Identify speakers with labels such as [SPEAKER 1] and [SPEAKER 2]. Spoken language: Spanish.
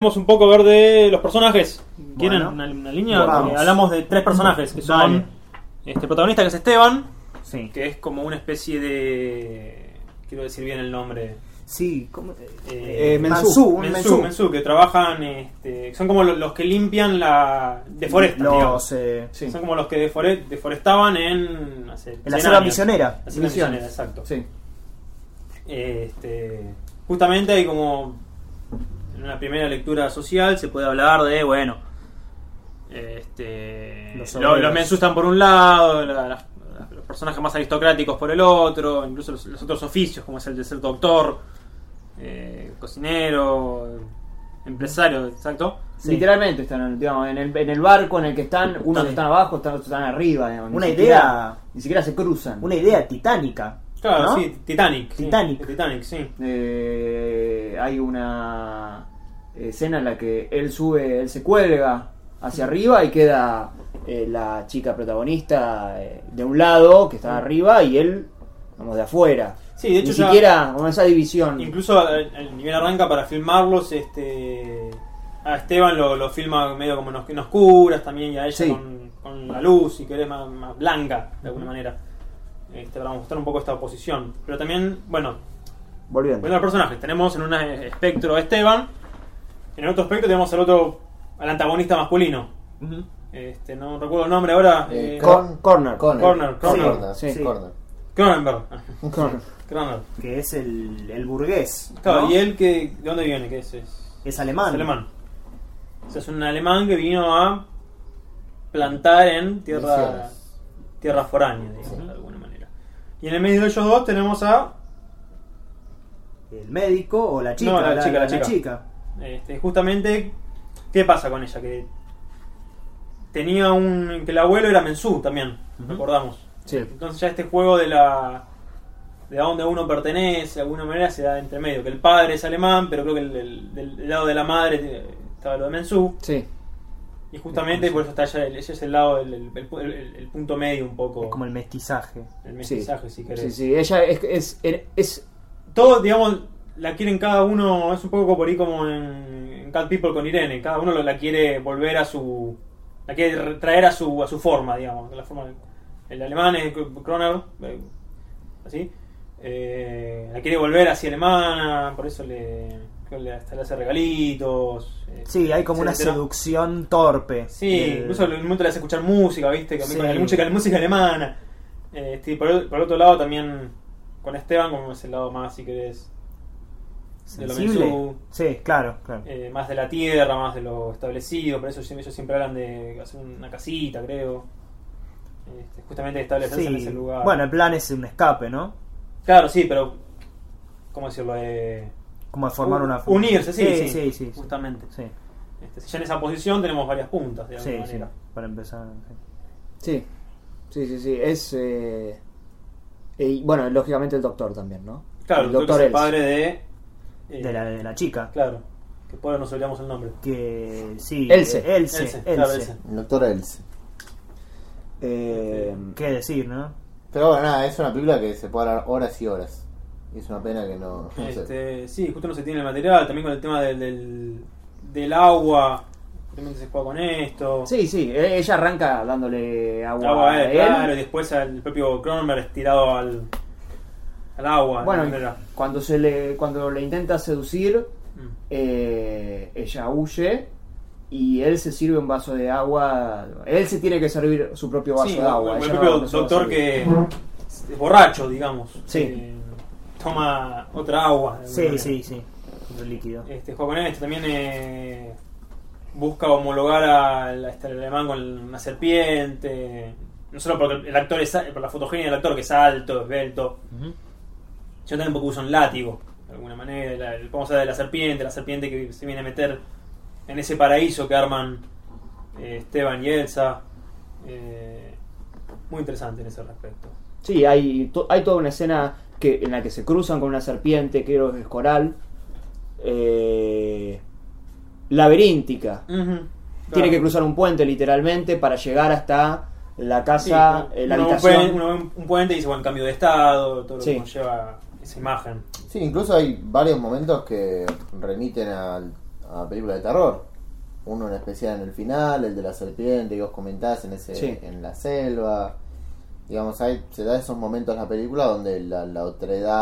[SPEAKER 1] Vamos un poco a ver de los personajes. ¿Quieren
[SPEAKER 2] Bueno.
[SPEAKER 1] una, una línea?
[SPEAKER 2] Vamos.
[SPEAKER 1] Porque Hablamos de tres personajes que son
[SPEAKER 2] Dale.
[SPEAKER 1] este protagonista que es Esteban,
[SPEAKER 2] Sí.
[SPEAKER 1] que es como una especie de quiero decir bien el nombre.
[SPEAKER 2] Sí, ¿cómo?
[SPEAKER 1] Eh,
[SPEAKER 2] Eh,
[SPEAKER 3] Mensú.
[SPEAKER 2] Mensú, un
[SPEAKER 1] Mensú,
[SPEAKER 2] Mensú.
[SPEAKER 1] Mensú, que trabajan, este, son como lo- los, que limpian la deforesta,
[SPEAKER 2] Los,
[SPEAKER 1] digamos.
[SPEAKER 2] eh,
[SPEAKER 3] Sí.
[SPEAKER 1] Son como los que defore- deforestaban en hace
[SPEAKER 2] en
[SPEAKER 1] 100
[SPEAKER 2] la selva
[SPEAKER 1] años.
[SPEAKER 2] misionera.
[SPEAKER 1] La selva
[SPEAKER 3] Misiones.
[SPEAKER 1] misionera, exacto.
[SPEAKER 3] Sí.
[SPEAKER 1] Este, justamente hay como en una primera lectura social se puede hablar de, bueno, este,
[SPEAKER 2] Los
[SPEAKER 1] lo-
[SPEAKER 2] obreros.
[SPEAKER 1] los Mensú están por un lado, la- las- las- los personajes más aristocráticos por el otro, incluso los, los otros oficios, como es el de ser doctor, eh, cocinero, empresario, exacto.
[SPEAKER 2] Sí.
[SPEAKER 3] Literalmente están digamos, en, el, en el barco en el que están, unos
[SPEAKER 2] Sí.
[SPEAKER 3] están abajo, otros están, están arriba. digamos, ni
[SPEAKER 2] Una
[SPEAKER 3] siquiera-
[SPEAKER 2] idea-
[SPEAKER 3] Ni siquiera se cruzan.
[SPEAKER 2] Una idea titánica.
[SPEAKER 1] Claro,
[SPEAKER 2] ¿no?
[SPEAKER 1] sí, Titanic. sí,
[SPEAKER 2] Titanic.
[SPEAKER 1] Titanic, sí.
[SPEAKER 3] Eh, hay una escena en la que él sube, él se cuelga hacia arriba y queda eh, la chica protagonista eh, de un lado que está arriba y él, vamos, de afuera.
[SPEAKER 1] Sí, de hecho
[SPEAKER 3] Ni
[SPEAKER 1] ya-
[SPEAKER 3] siquiera con esa división.
[SPEAKER 1] Incluso al- al nivel arranca para filmarlos, este a Esteban lo, lo filma medio como en os- en oscuras también y a ella
[SPEAKER 3] Sí.
[SPEAKER 1] con, con la luz, si querés, más, más blanca de alguna manera. Este, para mostrar un poco esta oposición. Pero también, bueno,
[SPEAKER 2] Volviendo.
[SPEAKER 1] volviendo a los personajes, tenemos en un espectro a Esteban, en el otro espectro tenemos al otro, al antagonista masculino. Este, no recuerdo el nombre ahora.
[SPEAKER 4] Eh,
[SPEAKER 1] eh,
[SPEAKER 4] Cor-
[SPEAKER 2] Corner.
[SPEAKER 4] Corner.
[SPEAKER 1] Corner,
[SPEAKER 4] Sí,
[SPEAKER 1] Corner.
[SPEAKER 4] Corner.
[SPEAKER 3] Sí.
[SPEAKER 4] Sí, Corner.
[SPEAKER 1] Cronenberg.
[SPEAKER 3] Con-
[SPEAKER 1] Cronenberg.
[SPEAKER 2] Que es el, el burgués.
[SPEAKER 1] Claro,
[SPEAKER 2] ¿no?
[SPEAKER 1] ¿y él que, de dónde viene? ¿Qué es? es
[SPEAKER 2] Es alemán.
[SPEAKER 1] Es alemán. O sea, es un alemán que vino a plantar en tierra,
[SPEAKER 4] Misiones.
[SPEAKER 1] tierra foránea, digamos,
[SPEAKER 4] Sí.
[SPEAKER 1] de alguna manera. Y en el medio de ellos dos tenemos a
[SPEAKER 2] El médico o la chica.
[SPEAKER 1] No, la chica, la chica. este, justamente qué pasa con ella que tenía un que el abuelo era Mensú también,
[SPEAKER 2] Ujú.
[SPEAKER 1] recordamos.
[SPEAKER 3] Sí.
[SPEAKER 1] Entonces ya este juego de la de a dónde uno pertenece, de alguna manera se da entre medio, que el padre es alemán, pero creo que el- el- del lado de la madre eh, estaba lo de Mensú.
[SPEAKER 3] Sí.
[SPEAKER 1] Y justamente por eso está ella, ella es el lado, del- el, el pu- el- el punto medio un
[SPEAKER 3] Oh.
[SPEAKER 1] poco.
[SPEAKER 2] Es como el mestizaje.
[SPEAKER 1] el mestizaje, si querés.
[SPEAKER 3] Sí, sí. Ella es, es, er, es,
[SPEAKER 1] Todos, digamos, la quieren cada uno, es un poco por ahí como en, en Cat People con Irene, cada uno lo- la quiere volver a su... La quiere re- traer a su, a su forma, digamos. La forma el alemán es Kroner, eh, así. Eh, la quiere volver así alemana, por eso le, creo que le- hasta le hace regalitos. eh,
[SPEAKER 2] Sí, hay como una
[SPEAKER 1] etcétera.
[SPEAKER 2] seducción torpe.
[SPEAKER 1] Sí,
[SPEAKER 2] del-
[SPEAKER 1] incluso en un momento le hace escuchar música, ¿viste? Que a mí
[SPEAKER 2] Eh, Sí.
[SPEAKER 1] con la música, la música alemana. Este, y por, el- por otro lado también con Esteban, como es el lado más, si querés, de lo
[SPEAKER 2] sensible.
[SPEAKER 1] mensú,
[SPEAKER 2] Sí, claro, claro.
[SPEAKER 1] eh, más de la tierra, más de lo establecido. Por eso siempre- ellos siempre hablan de hacer una casita, creo. Este, justamente de establecerse en
[SPEAKER 2] Sí.
[SPEAKER 1] ese lugar.
[SPEAKER 2] Bueno, el plan es un escape, ¿no?
[SPEAKER 1] Claro, sí, pero... ¿Cómo decirlo? Eh,
[SPEAKER 2] Como de formar una
[SPEAKER 1] Unirse, sí,
[SPEAKER 2] sí,
[SPEAKER 1] sí,
[SPEAKER 2] sí, sí, sí.
[SPEAKER 1] justamente.
[SPEAKER 2] Sí,
[SPEAKER 1] Este, si ya en esa posición tenemos varias puntas, de alguna
[SPEAKER 2] sí, sí,
[SPEAKER 1] manera.
[SPEAKER 2] para empezar. sí.
[SPEAKER 3] Sí, sí, sí, sí. Es. eh, y bueno, lógicamente el doctor también, ¿no?
[SPEAKER 1] Claro,
[SPEAKER 3] el
[SPEAKER 1] creo que es
[SPEAKER 3] doctor
[SPEAKER 1] el
[SPEAKER 3] Ells.
[SPEAKER 1] padre de... eh,
[SPEAKER 2] De la, de la chica.
[SPEAKER 1] Claro, que por ahora nos olvidamos el nombre.
[SPEAKER 2] Que sí,
[SPEAKER 3] Else.
[SPEAKER 2] eh, Else,
[SPEAKER 1] Else,
[SPEAKER 2] Else.
[SPEAKER 1] claro, Else.
[SPEAKER 4] El doctor Else.
[SPEAKER 3] Eh,
[SPEAKER 2] Qué decir, ¿no?
[SPEAKER 4] Pero bueno, nada, es una película que se puede hablar horas y horas. Y es una pena que no. no sé.
[SPEAKER 1] Este, sí, justo no se tiene el material, también con el tema del, del, del agua, justamente se juega con esto.
[SPEAKER 3] Sí, sí. eh, Ella arranca dándole agua,
[SPEAKER 1] agua,
[SPEAKER 3] a
[SPEAKER 1] eh,
[SPEAKER 3] él.
[SPEAKER 1] claro, y después al propio Cronenberg estirado al, al agua. de
[SPEAKER 3] Bueno,
[SPEAKER 1] alguna manera.
[SPEAKER 3] cuando se le cuando le intenta seducir,
[SPEAKER 1] Mm.
[SPEAKER 3] eh, ella huye y él se sirve un vaso de agua. Él se tiene que servir su propio vaso
[SPEAKER 1] Sí,
[SPEAKER 3] de agua.
[SPEAKER 1] el
[SPEAKER 3] ella no-
[SPEAKER 1] propio
[SPEAKER 3] no se va a
[SPEAKER 1] doctor
[SPEAKER 3] servir.
[SPEAKER 1] que es borracho, digamos.
[SPEAKER 3] Sí.
[SPEAKER 1] que toma otra agua. de alguna
[SPEAKER 2] Sí,
[SPEAKER 1] manera.
[SPEAKER 2] sí, sí. Otro líquido.
[SPEAKER 1] Este, juega con esto, también eh, busca homologar al este, al alemán con una serpiente. No solo porque el actor es al- por la fotogenia del actor que es alto, esbelto.
[SPEAKER 2] Ujú.
[SPEAKER 1] Yo también porque usa un látigo, de alguna manera. La, el- vamos a ver de la serpiente, la serpiente que se viene a meter en ese paraíso que arman eh, Esteban y Elsa. Eh, muy interesante en ese respecto.
[SPEAKER 3] Sí, hay, to- hay toda una escena que, en la que se cruzan con una serpiente, creo que es coral, eh, laberíntica. Tiene que cruzar un puente literalmente para llegar hasta la casa, eh, la
[SPEAKER 1] uno, ve un
[SPEAKER 3] habitación.
[SPEAKER 1] puen- uno ve un- un puente y dice, bueno, cambio de estado, todo lo
[SPEAKER 3] Sí.
[SPEAKER 1] que conlleva esa imagen.
[SPEAKER 4] Sí, incluso hay varios momentos que remiten al, a películas de terror. Uno en especial en el final, el de la serpiente que vos comentás en, ese,
[SPEAKER 3] Sí.
[SPEAKER 4] en la selva. Digamos, ahí se da esos momentos en la película donde la, la otredad